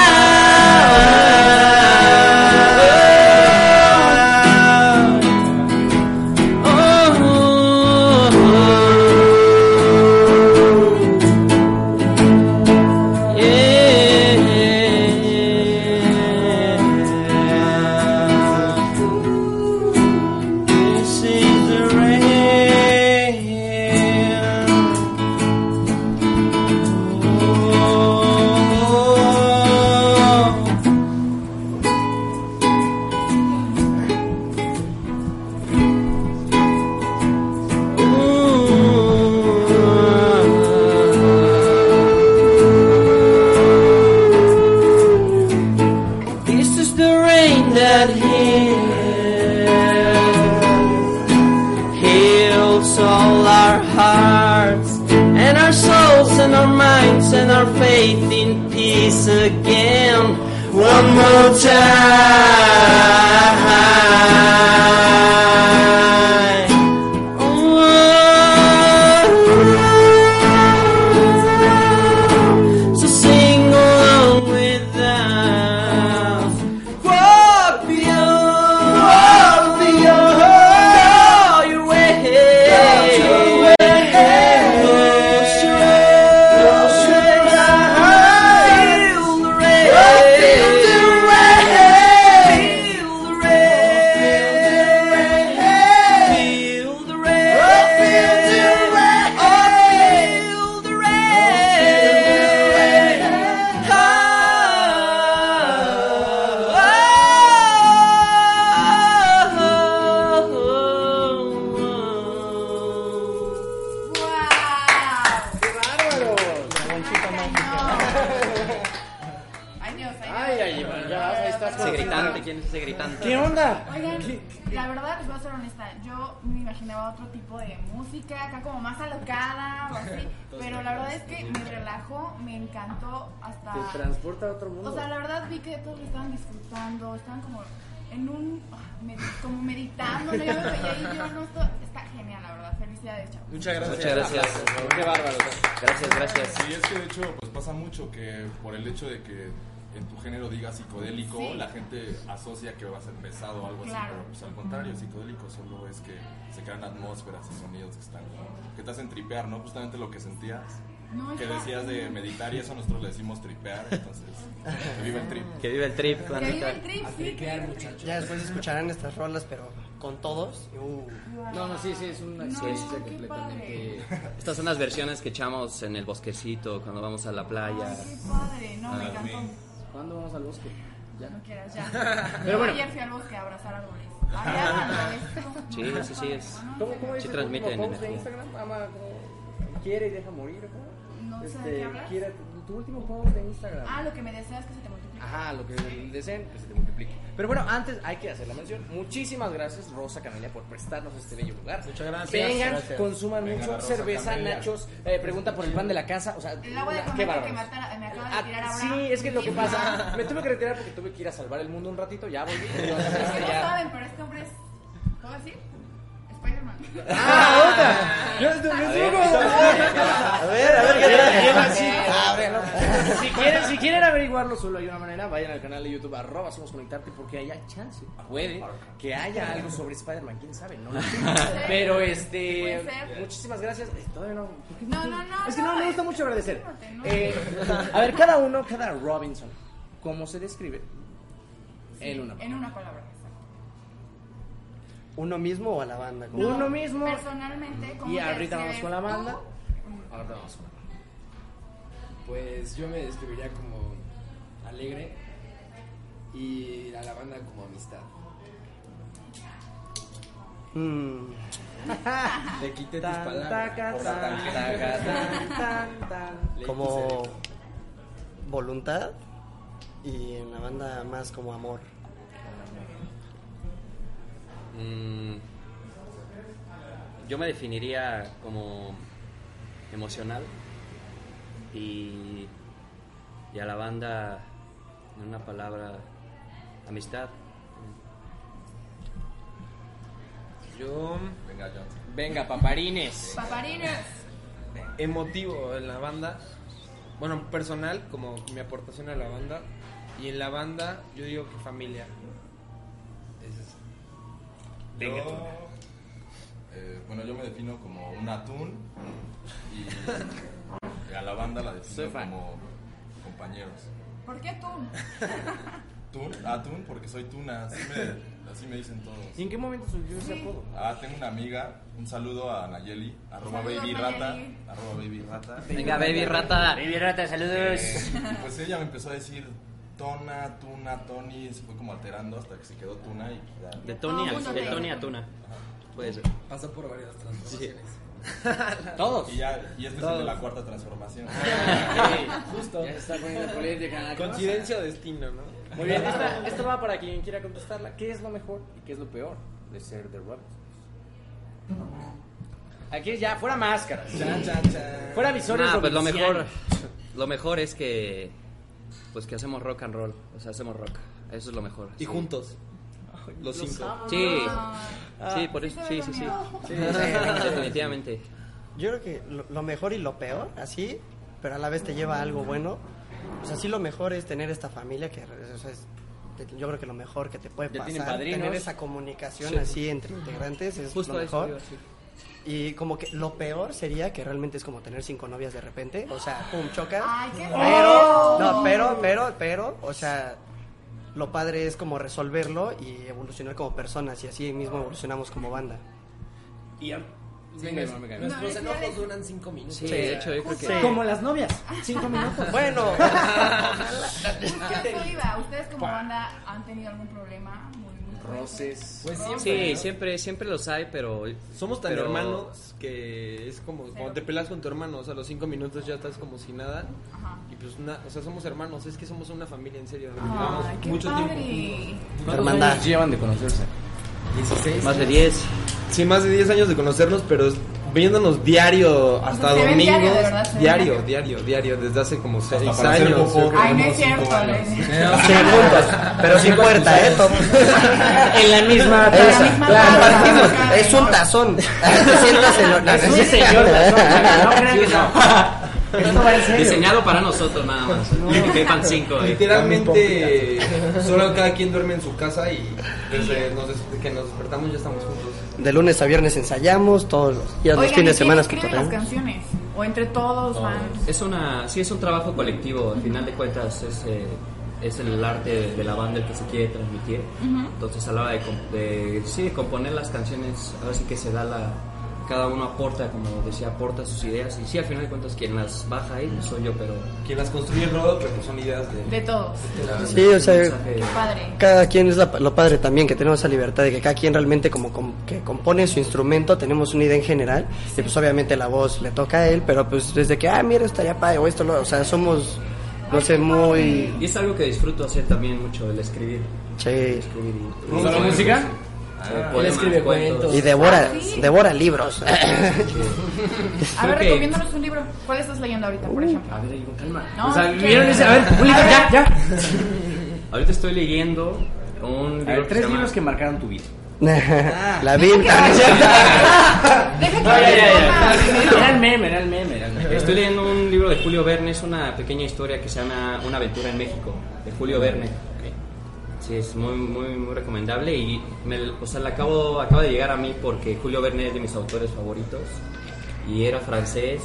Speaker 9: souls and our minds and our faith in peace again. One more time. So sing along with us. Walk beyond, walk beyond, go your way, Close your eyes, feel the rain, feel the rain, feel the rain, oh, feel the rain.
Speaker 7: ¡Guau!
Speaker 3: ¡Qué bárbaro!
Speaker 7: Ay, Dios, ay, Dios.
Speaker 3: Ay, ay, Iván, ya, ahí estás con-
Speaker 2: Ese gritante, ¿quién es ese gritante?
Speaker 3: ¿Qué onda?
Speaker 7: Oigan, la verdad, les voy a ser honesta, yo me imaginaba otro tipo de música, acá como más alocada o así, pero la verdad es que me relajó, me encantó hasta...
Speaker 3: Te transporta a otro mundo.
Speaker 7: O sea, la verdad vi que todos lo estaban disfrutando, estaban como en un... ah, med- como meditando, ¿no? yo me veía ahí, yo no estoy... Está genial, la verdad, felicidades, chavos.
Speaker 5: Muchas gracias.
Speaker 2: Muchas gracias.
Speaker 5: Qué bárbaro.
Speaker 2: Gracias, gracias.
Speaker 6: Sí, es que de hecho, pues pasa mucho que por el hecho de que en tu género digas psicodélico,
Speaker 7: Sí.
Speaker 6: la gente asocia que va a ser pesado o algo así,
Speaker 7: Claro.
Speaker 6: pero pues al contrario, psicodélico solo es que se crean atmósferas y sonidos que están, que te hacen tripear, ¿no? Justamente lo que sentías,
Speaker 7: No,
Speaker 6: que
Speaker 7: está-
Speaker 6: decías de meditar y eso nosotros le decimos tripear, entonces, que viva el trip.
Speaker 2: Que vive el trip,
Speaker 7: Que vive
Speaker 2: bandita.
Speaker 7: el trip, sí, que vive el trip.
Speaker 1: Ya después escucharán estas rolas, pero con todos. y, uh,
Speaker 3: No, no, sí, sí, es
Speaker 7: No,
Speaker 3: una experiencia
Speaker 7: qué
Speaker 3: completamente.
Speaker 2: Estas son las versiones que echamos en el bosquecito cuando vamos a la playa.
Speaker 7: Ay, qué padre, no, me
Speaker 2: Ah,
Speaker 7: encantó.
Speaker 3: ¿Cuándo vamos al bosque? Ya.
Speaker 7: No quieras, ya.
Speaker 3: <laughs> Pero bueno.
Speaker 7: Ayer fui al bosque a abrazar árboles. Ay,
Speaker 3: <laughs>
Speaker 7: háganlo, esto.
Speaker 2: Sí,
Speaker 7: No,
Speaker 2: sí, sí, es-
Speaker 7: no, no,
Speaker 3: ¿Cómo,
Speaker 7: no,
Speaker 3: cómo
Speaker 7: no,
Speaker 3: es
Speaker 2: Sí
Speaker 3: el
Speaker 2: transmiten
Speaker 3: último post de
Speaker 2: energía.
Speaker 3: Instagram? Ama como quiere y deja morir. ¿o ¿cómo?
Speaker 7: No sé de qué
Speaker 3: este,
Speaker 7: hablas.
Speaker 3: quiere, tu último post de Instagram.
Speaker 7: Ah, lo que me deseas que se te multiplique.
Speaker 3: Ajá, lo que deseen, que se te multiplique. Pero bueno, antes hay que hacer la mención. Muchísimas gracias, Rosa Camelia, por prestarnos este bello lugar. Muchas
Speaker 5: gracias.
Speaker 3: Vengan,
Speaker 5: Gracias.
Speaker 3: consuman
Speaker 6: Venga, la
Speaker 3: mucho.
Speaker 6: Rosa
Speaker 3: Cerveza,
Speaker 6: Camelia.
Speaker 3: nachos. eh, pregunta por el pan de la casa. O sea,
Speaker 7: El agua de comer
Speaker 3: una- Ah, qué
Speaker 7: que
Speaker 3: bárbaros.
Speaker 7: me atara- me acaba de
Speaker 3: Ah,
Speaker 7: tirar ahora. Ah,
Speaker 3: Sí, es que es lo que
Speaker 7: Sí.
Speaker 3: <laughs> pasa. Me tuve que retirar porque tuve que ir a salvar el mundo un ratito.
Speaker 7: <laughs>
Speaker 3: Ya volví. Entonces,
Speaker 7: Es que no
Speaker 3: ya.
Speaker 7: saben, pero este hombre es. ¿Cómo decir? Spider-Man. <laughs>
Speaker 3: ¡Ah, otra! Yo, yo, yo estuve como-
Speaker 5: A ver, a ver, ¿qué traes?
Speaker 3: si, quieren, si quieren averiguarlo, solo hay una manera. Vayan al canal de YouTube, arroba Somos Conectarte, porque haya chance. Puede que haya algo sobre Spider-Man, quién sabe, no lo sé. Pero este.
Speaker 7: Puede ser.
Speaker 3: Muchísimas gracias. Eh, Todavía no. ¿por qué?
Speaker 7: No, no, no,
Speaker 3: Es que no,
Speaker 7: no,
Speaker 3: me gusta
Speaker 7: es-
Speaker 3: mucho agradecer.
Speaker 7: cálmate, no.
Speaker 3: Eh, a ver, cada uno, cada Robinson, ¿cómo se describe? En uno.
Speaker 7: En una palabra. exacto.
Speaker 1: ¿Uno mismo o a la banda? como-
Speaker 3: Uno mismo.
Speaker 7: Personalmente, ¿cómo
Speaker 3: Y
Speaker 7: te
Speaker 3: ahorita vamos
Speaker 7: describes
Speaker 3: con la
Speaker 7: tú?
Speaker 3: banda.
Speaker 4: Ahorita vamos con la banda. Pues yo me describiría como alegre y a la banda como amistad.
Speaker 1: Mm,
Speaker 4: Le quité tus
Speaker 3: Tan, taca,
Speaker 4: palabras.
Speaker 3: tan, taca, tan, tan, tan.
Speaker 4: Le
Speaker 1: como
Speaker 4: quise-
Speaker 1: voluntad y en la banda más como amor.
Speaker 2: Mm, yo me definiría como emocional y, y a la banda, en una palabra, amistad.
Speaker 5: Yo,
Speaker 6: Venga, Johnson.
Speaker 3: Venga, paparines.
Speaker 7: Paparines.
Speaker 5: emotivo en la banda. Bueno, personal, como mi aportación a la banda. Y en la banda, yo digo que familia.
Speaker 6: Yo, eh, bueno, yo me defino como un atún y a la banda la
Speaker 3: Soy
Speaker 6: defino
Speaker 3: fan.
Speaker 6: como compañeros.
Speaker 7: ¿Por qué tú?
Speaker 6: ¿Tun? Atún porque soy tuna, así
Speaker 3: <laughs>
Speaker 6: me, así me dicen
Speaker 3: ¿Y
Speaker 6: todos.
Speaker 3: en qué momento surgió ese
Speaker 7: Sí.
Speaker 3: apodo?
Speaker 6: Ah, tengo una amiga, un saludo a Nayeli, arroba
Speaker 7: Saludos,
Speaker 6: baby rata,
Speaker 7: Nayeli.
Speaker 6: arroba baby rata.
Speaker 2: Venga, baby rata.
Speaker 6: Eh, y pues ella me empezó a decir tona, tuna, tony, se fue como alterando hasta que se quedó tuna y ya.
Speaker 2: De
Speaker 7: Todo
Speaker 2: Tony,
Speaker 7: el
Speaker 2: a,
Speaker 7: mundo
Speaker 2: de
Speaker 7: te-
Speaker 2: Tony a Tuna. Puede ser.
Speaker 4: Pasó por varias transformaciones.
Speaker 3: Todos. Ah.
Speaker 6: Y ya, y este es el de la cuarta transformación.
Speaker 3: Justo. Ya se está poniendo política.
Speaker 5: Coincidencia o destino, ¿no?
Speaker 3: Muy bien, esta, esta va para quien quiera contestarla. ¿Qué es lo mejor y qué es lo peor de ser The Robbins? Aquí ya, fuera máscaras.
Speaker 5: Chan, chan, chan.
Speaker 3: Fuera visores
Speaker 2: Nah, pues lo mejor,
Speaker 3: provinciales.
Speaker 2: lo mejor es que, pues que hacemos rock and roll, o sea, hacemos rock, eso es lo mejor.
Speaker 5: Y
Speaker 2: sí.
Speaker 5: juntos. Los cinco.
Speaker 2: Sí,
Speaker 7: Ah.
Speaker 2: sí, por eso, sí, sí, sí,
Speaker 7: Sí.
Speaker 2: definitivamente.
Speaker 1: Yo creo que lo, lo mejor y lo peor, así, pero a la vez te lleva a algo bueno. Pues así lo mejor es tener esta familia que o sea, es- te- yo creo que lo mejor que te puede
Speaker 3: Ya tienen
Speaker 1: pasar,
Speaker 3: padrinos.
Speaker 1: tener esa comunicación así entre integrantes es
Speaker 2: Justo
Speaker 1: lo
Speaker 2: a eso
Speaker 1: mejor.
Speaker 2: iba, sí.
Speaker 1: Y como que lo peor sería que realmente es como tener cinco novias de repente, o sea, pum, choca.
Speaker 7: Ay, qué
Speaker 1: Pero, no, pero, pero, pero, o sea, lo padre es como resolverlo y evolucionar como personas y así mismo evolucionamos como banda.
Speaker 5: Y am-
Speaker 4: Venga, nuestros
Speaker 7: No,
Speaker 4: enojos
Speaker 7: decía-
Speaker 4: duran cinco minutos.
Speaker 2: Sí, de hecho yo creo que...
Speaker 1: Sí.
Speaker 3: Como las novias. Cinco minutos.
Speaker 2: <laughs>
Speaker 1: Bueno,
Speaker 7: A eso iba. ¿Ustedes como banda han tenido algún problema? Muy, muy fuerte?
Speaker 3: Roces.
Speaker 4: Pues siempre.
Speaker 2: Sí,
Speaker 4: ¿no?
Speaker 2: siempre, siempre los hay, pero...
Speaker 5: Somos tan
Speaker 2: pero-
Speaker 5: hermanos que es como cuando te pelas con tu hermano, o sea, a los cinco minutos ya estás como si nada.
Speaker 7: Ajá.
Speaker 5: Y pues, na- o sea, somos hermanos, es que somos una familia, en serio. Llevamos
Speaker 7: Ay, qué
Speaker 5: mucho
Speaker 7: padre.
Speaker 5: tiempo.
Speaker 3: ¿Cuántos
Speaker 1: Hermandad.
Speaker 3: años llevan de conocerse?
Speaker 4: 16.
Speaker 2: Más de 10.
Speaker 5: Sí, más de 10 años de conocernos, pero viéndonos diario hasta
Speaker 7: se ven
Speaker 5: domingo.
Speaker 7: diario, de verdad, se ven
Speaker 5: diario,
Speaker 7: diario.
Speaker 5: diario, diario, desde hace como 6 años.
Speaker 6: para hacer popó.
Speaker 5: sí.
Speaker 7: Ay, no es
Speaker 6: Cinco
Speaker 7: cierto. no es
Speaker 6: años.
Speaker 7: cierto.
Speaker 1: sí, juntos, pero sin puerta, ¿eh?
Speaker 9: En la misma
Speaker 7: En la
Speaker 9: taza.
Speaker 7: misma
Speaker 9: Claro.
Speaker 7: taza.
Speaker 1: Compartimos, es un tazón. Te sientas en lo-
Speaker 3: Es un
Speaker 1: <laughs>
Speaker 3: señor de sombra, no crean que no. Esto va en serio.
Speaker 2: Diseñado para nosotros nada más. Que quepan 5.
Speaker 5: Literalmente, <laughs> solo cada quien duerme en su casa y desde nos des- que nos despertamos ya estamos juntos.
Speaker 1: De lunes a viernes ensayamos, todos los días, los
Speaker 7: Oigan,
Speaker 1: fines de
Speaker 7: ¿y
Speaker 1: semana
Speaker 7: quién escribe las canciones? O entre todos van.
Speaker 2: Es una, sí, es un trabajo colectivo, al final de cuentas es, eh, es el arte de la banda el que se quiere transmitir. Entonces a la hora de, com- de- sí, de componer las canciones, ahora sí que se da la... Cada uno aporta, como decía, aporta sus ideas. Y sí, al final de cuentas quien las baja ahí soy yo, pero...
Speaker 5: Quien las construye el rodo, pero pues son ideas de.
Speaker 7: De todos.
Speaker 1: Sí, o sea,
Speaker 2: mensaje-
Speaker 7: Padre.
Speaker 2: <laughs>
Speaker 1: cada quien es la- lo padre también, que tenemos esa libertad de que cada quien realmente como com- que compone su instrumento, tenemos una idea en general, y pues obviamente la voz le toca a él, pero pues desde que, ah, mira, estaría padre, o esto, lo, o sea, somos, no sé, muy...
Speaker 2: Y es algo que disfruto hacer también mucho, el escribir.
Speaker 1: Sí,
Speaker 2: escribir y-
Speaker 3: ¿Solo música?
Speaker 2: Ah,
Speaker 3: Él escribe cuentos.
Speaker 1: y devora,
Speaker 7: Ah, sí.
Speaker 1: devora libros.
Speaker 7: A ver,
Speaker 2: que-
Speaker 7: recomiéndanos un libro. ¿Cuál estás leyendo ahorita, por ejemplo?
Speaker 3: A ver, ahí, con calma.
Speaker 7: No,
Speaker 3: Uh. o sea,
Speaker 7: no
Speaker 3: ¿vieron
Speaker 7: quiero.
Speaker 3: ese? A ver, un libro,
Speaker 7: A ver.
Speaker 3: ya, ya.
Speaker 2: Ahorita estoy leyendo un
Speaker 3: A
Speaker 2: libro
Speaker 3: ver,
Speaker 2: que
Speaker 3: tres
Speaker 2: se llama-
Speaker 3: libros que marcaron tu vida.
Speaker 1: la Biblia.
Speaker 7: Deja que
Speaker 3: No, ya, ya, <laughs>
Speaker 7: responda primero.
Speaker 3: Era el meme, era el meme, era el meme.
Speaker 2: Estoy leyendo un libro de Julio Verne, es una pequeña historia que se llama Una aventura en México, de Julio Verne. Sí, es muy, muy, muy recomendable y me, o sea, la acabo, acaba de llegar a mí porque Julio Verne es de mis autores favoritos y era francés.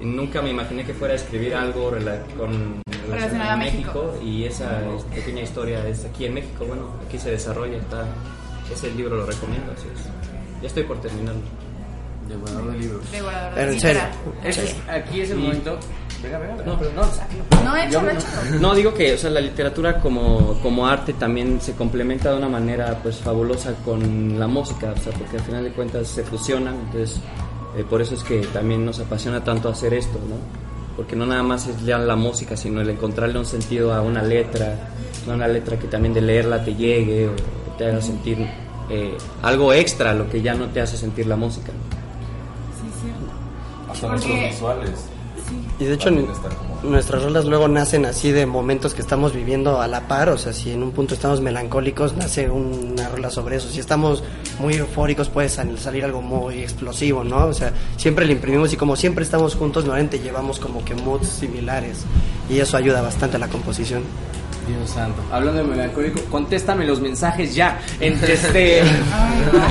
Speaker 2: Y Nunca me imaginé que fuera a escribir algo rela- con
Speaker 7: Relacionado a México.
Speaker 2: y esa pequeña historia es aquí en México. Bueno, aquí se desarrolla, está, ese libro lo recomiendo. así es. Ya estoy por terminarlo.
Speaker 3: Devorador de libros.
Speaker 7: Devorador de
Speaker 1: Pero en
Speaker 7: libros.
Speaker 1: serio.
Speaker 3: Este es- aquí es el momento. Venga, venga, venga. No, pero no, sáquelo.
Speaker 7: No, échalo,
Speaker 3: Yo-
Speaker 7: échalo.
Speaker 2: No, digo que o sea, la literatura como, como arte también se complementa de una manera pues fabulosa con la música, o sea, porque al final de cuentas se fusionan, entonces eh, por eso es que también nos apasiona tanto hacer esto, ¿no? Porque no nada más es ya la música, sino el encontrarle un sentido a una letra, a una letra que también de leerla te llegue o, o te haga sentir eh, algo extra, lo que ya no te hace sentir la música.
Speaker 7: Sí, cierto.
Speaker 6: Hasta nuestros
Speaker 7: Porque-
Speaker 6: visuales.
Speaker 1: Y de hecho,
Speaker 6: También está como-
Speaker 1: nuestras rolas luego nacen así de momentos que estamos viviendo a la par. O sea, si en un punto estamos melancólicos, nace una rola sobre eso. Si estamos muy eufóricos, puede sal- salir algo muy explosivo, ¿no? O sea, siempre le imprimimos y como siempre estamos juntos, normalmente llevamos como que moods similares. Y eso ayuda bastante a la composición.
Speaker 3: Dios santo. Hablando de melancólico, contéstame los mensajes ya.
Speaker 2: <laughs>
Speaker 3: Entre este.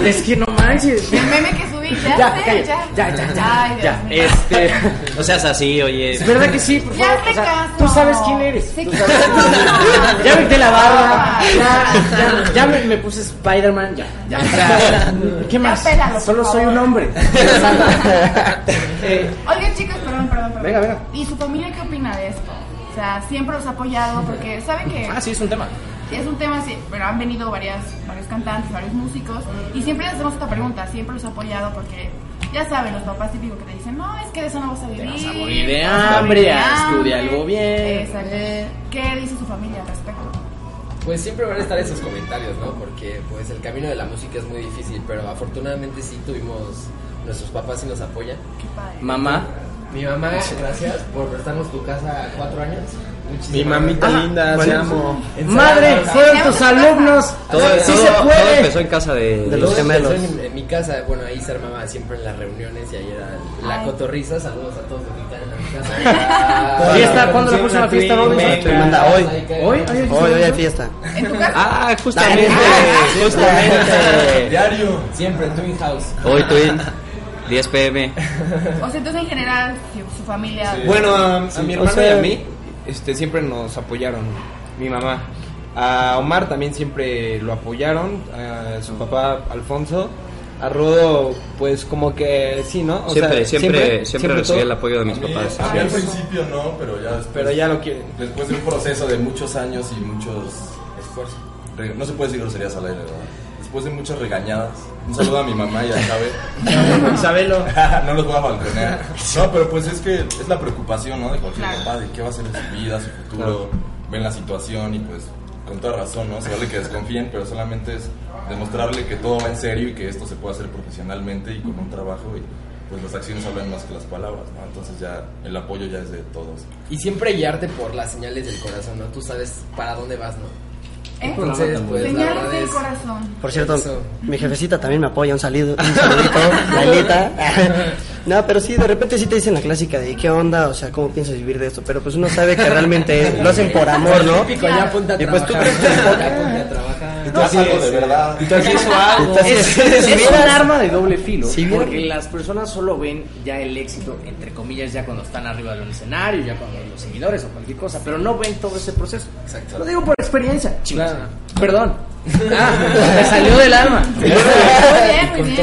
Speaker 3: es que no manches.
Speaker 7: El meme que
Speaker 3: <laughs>
Speaker 7: subí, Ah. ya,
Speaker 3: Ya,
Speaker 7: sé,
Speaker 3: cállate.
Speaker 7: ya.
Speaker 3: Ya, ya,
Speaker 7: Ay,
Speaker 3: ya.
Speaker 7: Dios
Speaker 3: Ya,
Speaker 7: mío.
Speaker 3: este.
Speaker 2: No seas así, oye.
Speaker 3: Es verdad que sí, por
Speaker 7: Ya
Speaker 3: favor.
Speaker 7: hazle
Speaker 3: o sea,
Speaker 7: caso.
Speaker 3: Tú sabes quién eres.
Speaker 7: Sí, Ah.
Speaker 3: Tú sabes quién eres. Ya vete la barba. Ya, ya, ya me, me puse Spider-Man. Ya, ya, ya. ¿Qué más?
Speaker 7: Ya pélalo, por
Speaker 3: Solo soy
Speaker 7: favor.
Speaker 3: un
Speaker 7: <laughs>
Speaker 3: hombre. Eh,
Speaker 7: Oigan, chicos, perdón, perdón, perdón.
Speaker 3: Venga, venga.
Speaker 7: ¿Y su familia qué opina de esto? O sea, siempre los ha apoyado porque saben que
Speaker 3: ah, sí, es un tema.
Speaker 7: es un tema, así, pero han venido varias, varios cantantes, varios músicos y siempre les hacemos esta pregunta, siempre los ha apoyado porque ya saben, los papás típicos que te dicen, no, es que de eso no vas a vivir.
Speaker 3: vas a morir de
Speaker 7: vas a morir de
Speaker 3: hambre, estudia
Speaker 7: hambre".
Speaker 3: algo bien.
Speaker 7: Exacto. ¿Qué dice su familia al respecto?
Speaker 4: Pues siempre van a estar esos comentarios, ¿no? Porque pues el camino de la música es muy difícil, pero afortunadamente sí tuvimos nuestros papás sí nos apoyan.
Speaker 7: Qué padre.
Speaker 2: Mamá,
Speaker 4: Mi mamá, gracias por prestarnos tu casa a cuatro años. Muchísimas
Speaker 5: Mi mamita linda, te amo.
Speaker 4: gracias.
Speaker 9: Madre, fueron tus alumnos.
Speaker 2: todo,
Speaker 9: sí
Speaker 2: todo-
Speaker 9: se
Speaker 2: todo
Speaker 9: puede.
Speaker 2: empezó en casa de, de los
Speaker 4: Todo
Speaker 2: gemelos.
Speaker 4: empezó En, en mi casa, bueno, ahí se armaba siempre en las reuniones y ahí era la
Speaker 7: Ay.
Speaker 4: cotorriza. Saludos a todos los que están en la casa.
Speaker 3: ¿Fiesta? ¿Cuándo la próxima fiesta, Robin?
Speaker 1: Manda hoy.
Speaker 3: ¿Hoy? ¿Hay alguien que
Speaker 1: Hoy,
Speaker 3: se
Speaker 1: hoy hay
Speaker 3: llama?
Speaker 1: fiesta.
Speaker 7: En tu casa.
Speaker 2: Ah, justamente,
Speaker 1: Ah,
Speaker 2: justamente.
Speaker 4: Diario. Siempre, Twin House.
Speaker 2: Hoy Twin, 10 pm.
Speaker 7: O sea, entonces en general, su, su familia.
Speaker 5: Bueno, a, a mi
Speaker 2: o
Speaker 5: hermano y
Speaker 2: sea-
Speaker 5: a mí este, siempre nos apoyaron. Mi mamá. A Omar también siempre lo apoyaron. A su papá Alfonso. A Rodo, pues como que sí, ¿no? O
Speaker 2: Siempre,
Speaker 5: sea,
Speaker 2: siempre, siempre, recibí
Speaker 5: todo.
Speaker 2: el apoyo de mis
Speaker 6: mí-
Speaker 2: papás.
Speaker 6: a mí al principio no, pero ya después,
Speaker 5: Pero ya lo quieren.
Speaker 6: después de un proceso de muchos años y muchos esfuerzos. re- No se puede decir groserías al aire, ¿verdad? Después de muchas regañadas. Un saludo a mi mamá y a Chávez.
Speaker 5: Isabelo.
Speaker 6: <laughs> no los voy a balconear. No, pero pues es que es la preocupación, ¿no? De cualquier
Speaker 7: Claro.
Speaker 6: papá, de qué va a ser en su vida, su futuro. Ven la situación y pues con toda razón, ¿no? Se vale que desconfíen, pero solamente es demostrarle que todo va en serio y que esto se puede hacer profesionalmente y con un trabajo y pues las acciones hablan más que las palabras, ¿no? Entonces ya el apoyo ya es de todos.
Speaker 4: Y siempre guiarte por las señales del corazón, ¿no? Tú sabes para dónde vas, ¿no?
Speaker 7: ¿Eh?
Speaker 4: Entonces, pues, la
Speaker 7: Señales
Speaker 4: verdad
Speaker 7: del
Speaker 4: es-
Speaker 7: corazón.
Speaker 4: <laughs>
Speaker 1: Por cierto,
Speaker 4: Eso.
Speaker 1: mi jefecita también me apoya, un saludo, un
Speaker 3: <laughs>
Speaker 1: saludito, Lailita. <laughs> No, pero sí, de repente sí te dicen la clásica de qué onda, o sea, cómo piensas vivir de esto, pero pues uno sabe que realmente
Speaker 3: <laughs>
Speaker 1: es- lo hacen por amor, ¿no?
Speaker 4: Típico, ya ponte a
Speaker 1: Y pues tú
Speaker 4: trabajar.
Speaker 1: crees que-
Speaker 4: Ya ponte a trabajar.
Speaker 6: Haz algo de verdad.
Speaker 1: Entonces,
Speaker 3: Es un arma de doble filo.
Speaker 1: Sí, bien.
Speaker 3: porque las personas solo ven ya el éxito, entre comillas, ya cuando están arriba de un escenario, ya cuando los seguidores o cualquier cosa, pero no ven todo ese proceso.
Speaker 4: Exacto.
Speaker 3: Lo digo por experiencia, chicos. Perdón. <laughs> Ah, me salió del alma.
Speaker 7: Muy bien,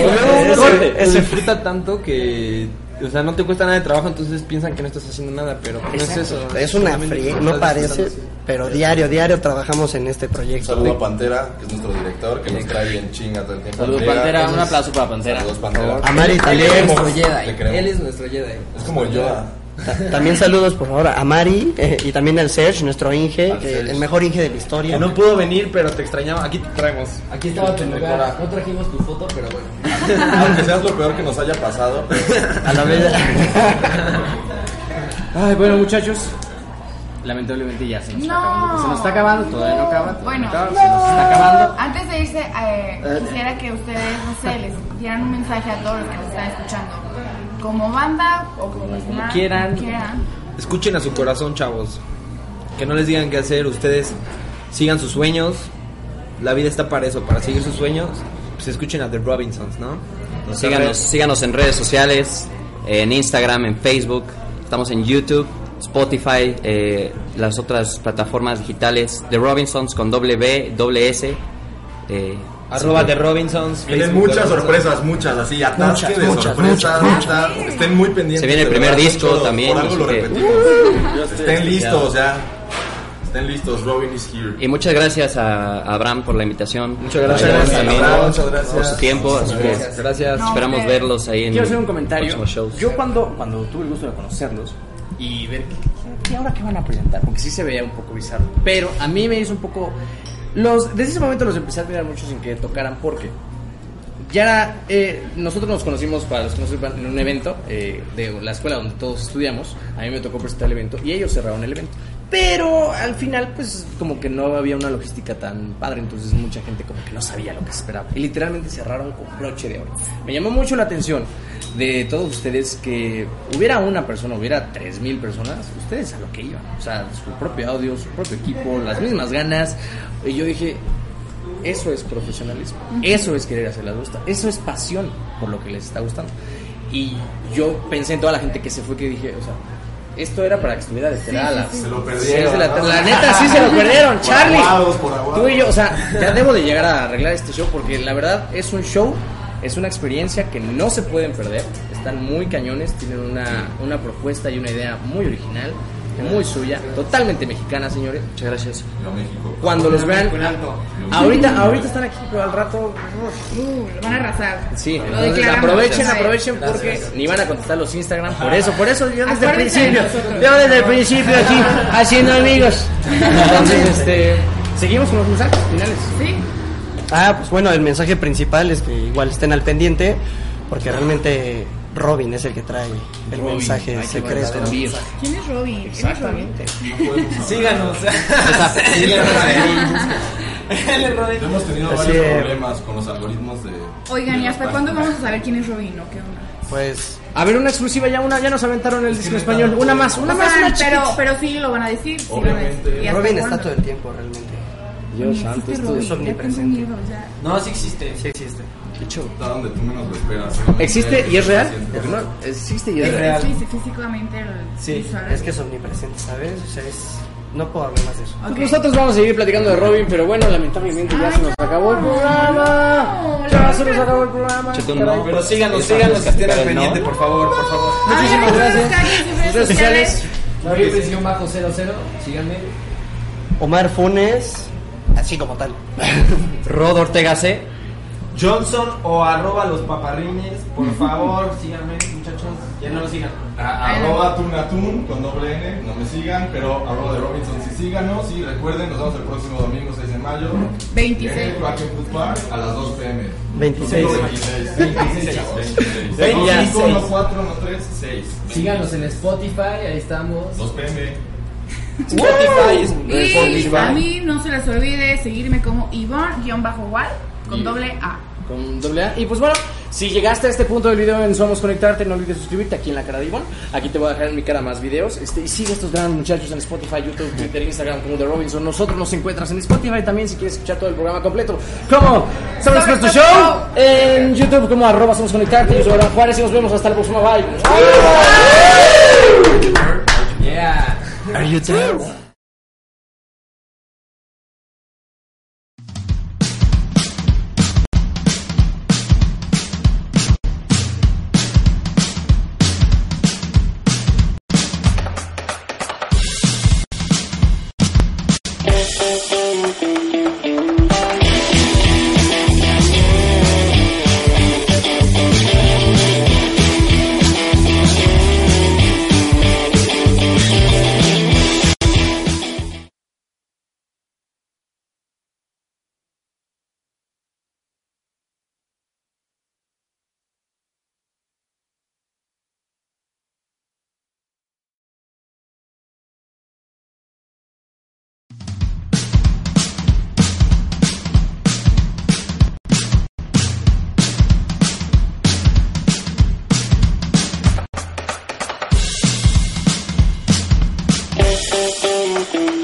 Speaker 7: muy bien.
Speaker 5: Se disfruta tanto que. O sea, no te cuesta nada de trabajo, entonces piensan que no estás haciendo nada, pero no es eso.
Speaker 1: es una
Speaker 5: Solamente
Speaker 1: fría,
Speaker 5: estás
Speaker 1: no parece,
Speaker 5: disfrutando, sí.
Speaker 1: pero diario, diario trabajamos en este
Speaker 6: Un
Speaker 1: proyecto.
Speaker 6: saludo a Pantera, que es nuestro director, que nos trae bien chinga todo el tiempo.
Speaker 3: Saludos, Pantera. Un
Speaker 6: entonces,
Speaker 3: aplauso para Pantera.
Speaker 6: Saludos, Pantera.
Speaker 1: A Mari
Speaker 4: Él
Speaker 1: también.
Speaker 4: es nuestro
Speaker 6: Le
Speaker 4: Jedi.
Speaker 6: creemos.
Speaker 4: Él es nuestro Jedi.
Speaker 6: Es como Yoda.
Speaker 1: Ta- También saludos, por favor, a Mari eh, y también al Serge, nuestro Inge,
Speaker 6: Al
Speaker 1: que-
Speaker 6: Serge.
Speaker 1: el mejor Inge de la
Speaker 5: Que
Speaker 1: historia.
Speaker 5: no pudo venir, pero te extrañaba. Aquí te traemos.
Speaker 4: Aquí estaba tu lugar. No trajimos tu foto, pero bueno.
Speaker 6: <laughs> Aunque seas lo peor que nos haya <laughs> pasado, pero
Speaker 1: A la vez.
Speaker 3: Ay, bueno, muchachos. Lamentablemente ya se nos está acabando. Se nos está acabando, todavía no acaba. todavía
Speaker 7: Bueno,
Speaker 3: no acaba, se nos está acabando.
Speaker 7: antes de irse, eh, quisiera que ustedes, no sé, les dieran un mensaje a todos los que nos están escuchando. Como banda o como, personal,
Speaker 3: quieran.
Speaker 7: como quieran.
Speaker 5: Escuchen a su corazón, chavos. Que no les digan qué hacer. Ustedes sigan sus sueños. La vida está para eso, para seguir sus sueños. Pues escuchen a The Robinsons, ¿no?
Speaker 2: Síganos, síganos en redes sociales, en Instagram, en Facebook, estamos en YouTube, Spotify, eh, las otras plataformas digitales, The Robinsons con doble B, doble S. eh,
Speaker 5: Arroba The Robinsons.
Speaker 6: Vienen
Speaker 5: Facebook The
Speaker 6: muchas
Speaker 5: Robinsons.
Speaker 6: sorpresas, muchas, así, atasque
Speaker 5: Muchas,
Speaker 6: de
Speaker 5: muchas,
Speaker 6: sorpresas. muchas. Estén muy pendientes.
Speaker 2: Se viene el
Speaker 6: de
Speaker 2: primer
Speaker 6: verdad,
Speaker 2: disco también,
Speaker 6: Por algo
Speaker 2: así
Speaker 6: lo
Speaker 2: que-
Speaker 6: repetimos. Estén listos, ya. Estén listos, Robin is here.
Speaker 2: Y muchas gracias a a Abraham por la invitación.
Speaker 5: Muchas gracias,
Speaker 2: A todos
Speaker 5: Abraham,
Speaker 2: también
Speaker 6: Abraham, muchas gracias.
Speaker 2: Por su tiempo. así que
Speaker 6: Gracias.
Speaker 5: Gracias.
Speaker 7: No.
Speaker 2: esperamos
Speaker 7: ustedes.
Speaker 2: verlos ahí en
Speaker 3: Quiero hacer un
Speaker 2: próximos
Speaker 3: comentario.
Speaker 2: shows.
Speaker 3: Yo cuando, cuando tuve el gusto de conocerlos y ver qué- qué ahora qué van a presentar, porque sí se veía un poco bizarro, pero a mí me hizo un poco los desde ese momento los empecé a admirar mucho sin que tocaran porque ya era, eh, nosotros nos conocimos para los que no sepan en un evento eh, de la escuela donde todos estudiamos. A mí me tocó presentar el evento y ellos cerraron el evento. Pero al final, pues como que no había una logística tan padre, entonces mucha gente como que no sabía lo que se esperaba. Y literalmente cerraron con broche de oro. Me llamó mucho la atención de todos ustedes que hubiera una persona, hubiera tres mil personas, ustedes a lo que iban. O sea, su propio audio, su propio equipo, las mismas ganas. Y yo dije, eso es profesionalismo. Eso es querer hacer la gusta. Eso es pasión por lo que les está gustando. Y yo pensé en toda la gente que se fue que dije, o sea, esto era para que estuviera de tela a las
Speaker 6: Se lo
Speaker 3: seis de
Speaker 6: perdieron.
Speaker 3: la
Speaker 6: ¿no?
Speaker 3: tarde. La neta sí se lo perdieron,
Speaker 6: Por
Speaker 3: Charlie.
Speaker 6: aguados, por aguados.
Speaker 3: Tú y yo, o sea, ya debo de llegar a arreglar este show porque la verdad es un show, es una experiencia que no se pueden perder. Están muy cañones, tienen una, una propuesta y una idea muy original, muy suya, totalmente mexicana, señores.
Speaker 2: Muchas gracias.
Speaker 6: No, México.
Speaker 3: Cuando los vean, ahorita, ahorita están aquí, pero al rato
Speaker 7: Uh, lo van a arrasar.
Speaker 3: Sí,
Speaker 7: Lo
Speaker 3: entonces
Speaker 7: declaramos.
Speaker 3: aprovechen,
Speaker 7: Gracias.
Speaker 3: aprovechen porque ni van a contestar los Instagram. Por eso, <laughs> por eso yo desde el
Speaker 7: Acuérdense de
Speaker 3: principio,
Speaker 7: nosotros.
Speaker 3: yo desde el principio aquí haciendo amigos.
Speaker 7: <laughs>
Speaker 3: Entonces, este, seguimos con los mensajes finales.
Speaker 7: Sí,
Speaker 1: Ah, pues bueno, el mensaje principal es que igual estén al pendiente. porque realmente Robin es el que trae el
Speaker 3: Robin, hay
Speaker 1: mensaje
Speaker 3: que
Speaker 1: secreto.
Speaker 3: mandar un
Speaker 7: ¿Quién es Robin? ¿Quién es
Speaker 3: Exactamente. <laughs>
Speaker 4: Síganos.
Speaker 6: No hemos tenido
Speaker 1: Así
Speaker 6: varios
Speaker 1: es.
Speaker 6: problemas con los algoritmos de.
Speaker 7: Robin? Oigan, ¿y hasta cuándo vamos a saber quién es Robin o qué onda?
Speaker 1: Pues
Speaker 3: A ver, una exclusiva ya, una, ya nos aventaron el disco en español. Una más, una
Speaker 7: O
Speaker 3: más,
Speaker 7: sea,
Speaker 3: una
Speaker 7: pero,
Speaker 3: chiquita.
Speaker 7: pero sí lo van a decir. sí lo van a decir. ¿Y hasta
Speaker 1: Robin está
Speaker 7: cuándo?
Speaker 1: todo el tiempo realmente.
Speaker 7: Dios santo, esto
Speaker 1: es omnipresente.
Speaker 4: No, sí existe.
Speaker 1: Sí existe.
Speaker 6: Está donde tú menos lo esperas. ¿eh?
Speaker 3: ¿Existe y es real?
Speaker 6: Paciente.
Speaker 3: No, existe y es,
Speaker 7: Es
Speaker 3: real.
Speaker 7: real. Físicamente, el-
Speaker 1: Sí,
Speaker 7: visual,
Speaker 1: es que
Speaker 7: así.
Speaker 1: es omnipresente, ¿sabes? O sea, es... no puedo hablar más de eso.
Speaker 7: Ok.
Speaker 3: Pues Nosotros vamos a seguir platicando de Robin, pero bueno, lamentablemente ya
Speaker 7: Ay,
Speaker 3: se nos
Speaker 7: no.
Speaker 3: acabó el programa.
Speaker 7: No,
Speaker 3: Ya
Speaker 7: la
Speaker 3: se nos
Speaker 7: neta.
Speaker 3: acabó el programa. Caray.
Speaker 5: Pero síganos, síganos, estén al pendiente, por favor, por favor.
Speaker 7: Muchísimas gracias.
Speaker 3: Redes sociales. Este,
Speaker 4: Gabriel presión bajo 00. Síganme.
Speaker 1: Omar Funes, así como tal. <laughs>
Speaker 2: Rod Ortega C.
Speaker 5: Johnson o arroba los paparrines, por favor, síganme, muchachos, ya no lo sigan.
Speaker 6: A- Ah, Arroba Tunatun con doble N, no me sigan, pero arroba de Robinson sí síganos y recuerden, nos vemos el próximo domingo 6 de mayo.
Speaker 7: 26.
Speaker 6: En el Kraken Food Park a las 2 pm.
Speaker 1: 26.
Speaker 6: 26. 26. 26. No 5, no 4, no 3, 6.
Speaker 4: Síganos en Spotify. Ahí estamos.
Speaker 6: 2 pm.
Speaker 5: Spotify es
Speaker 7: Y a
Speaker 5: Spotify.
Speaker 7: mí no se les olvide seguirme como Ivonne-Wal con doble A.
Speaker 3: Con doble A. Y pues bueno, si llegaste a este punto del video en Somos Conectarte, no olvides suscribirte aquí en la cara de Ivonne. Aquí te voy a dejar en mi cara más videos. Este, y sigue a estos grandes muchachos en Spotify, YouTube, Twitter, Instagram, como The Robinson. Nosotros nos encuentras en Spotify también si quieres escuchar todo el programa completo. Como Somos Conectarte Show en YouTube, como arroba Somos Conectarte. Yo soy Abraham Juárez y nos vemos hasta la próxima. Bye.
Speaker 4: Yeah.
Speaker 8: Thank you.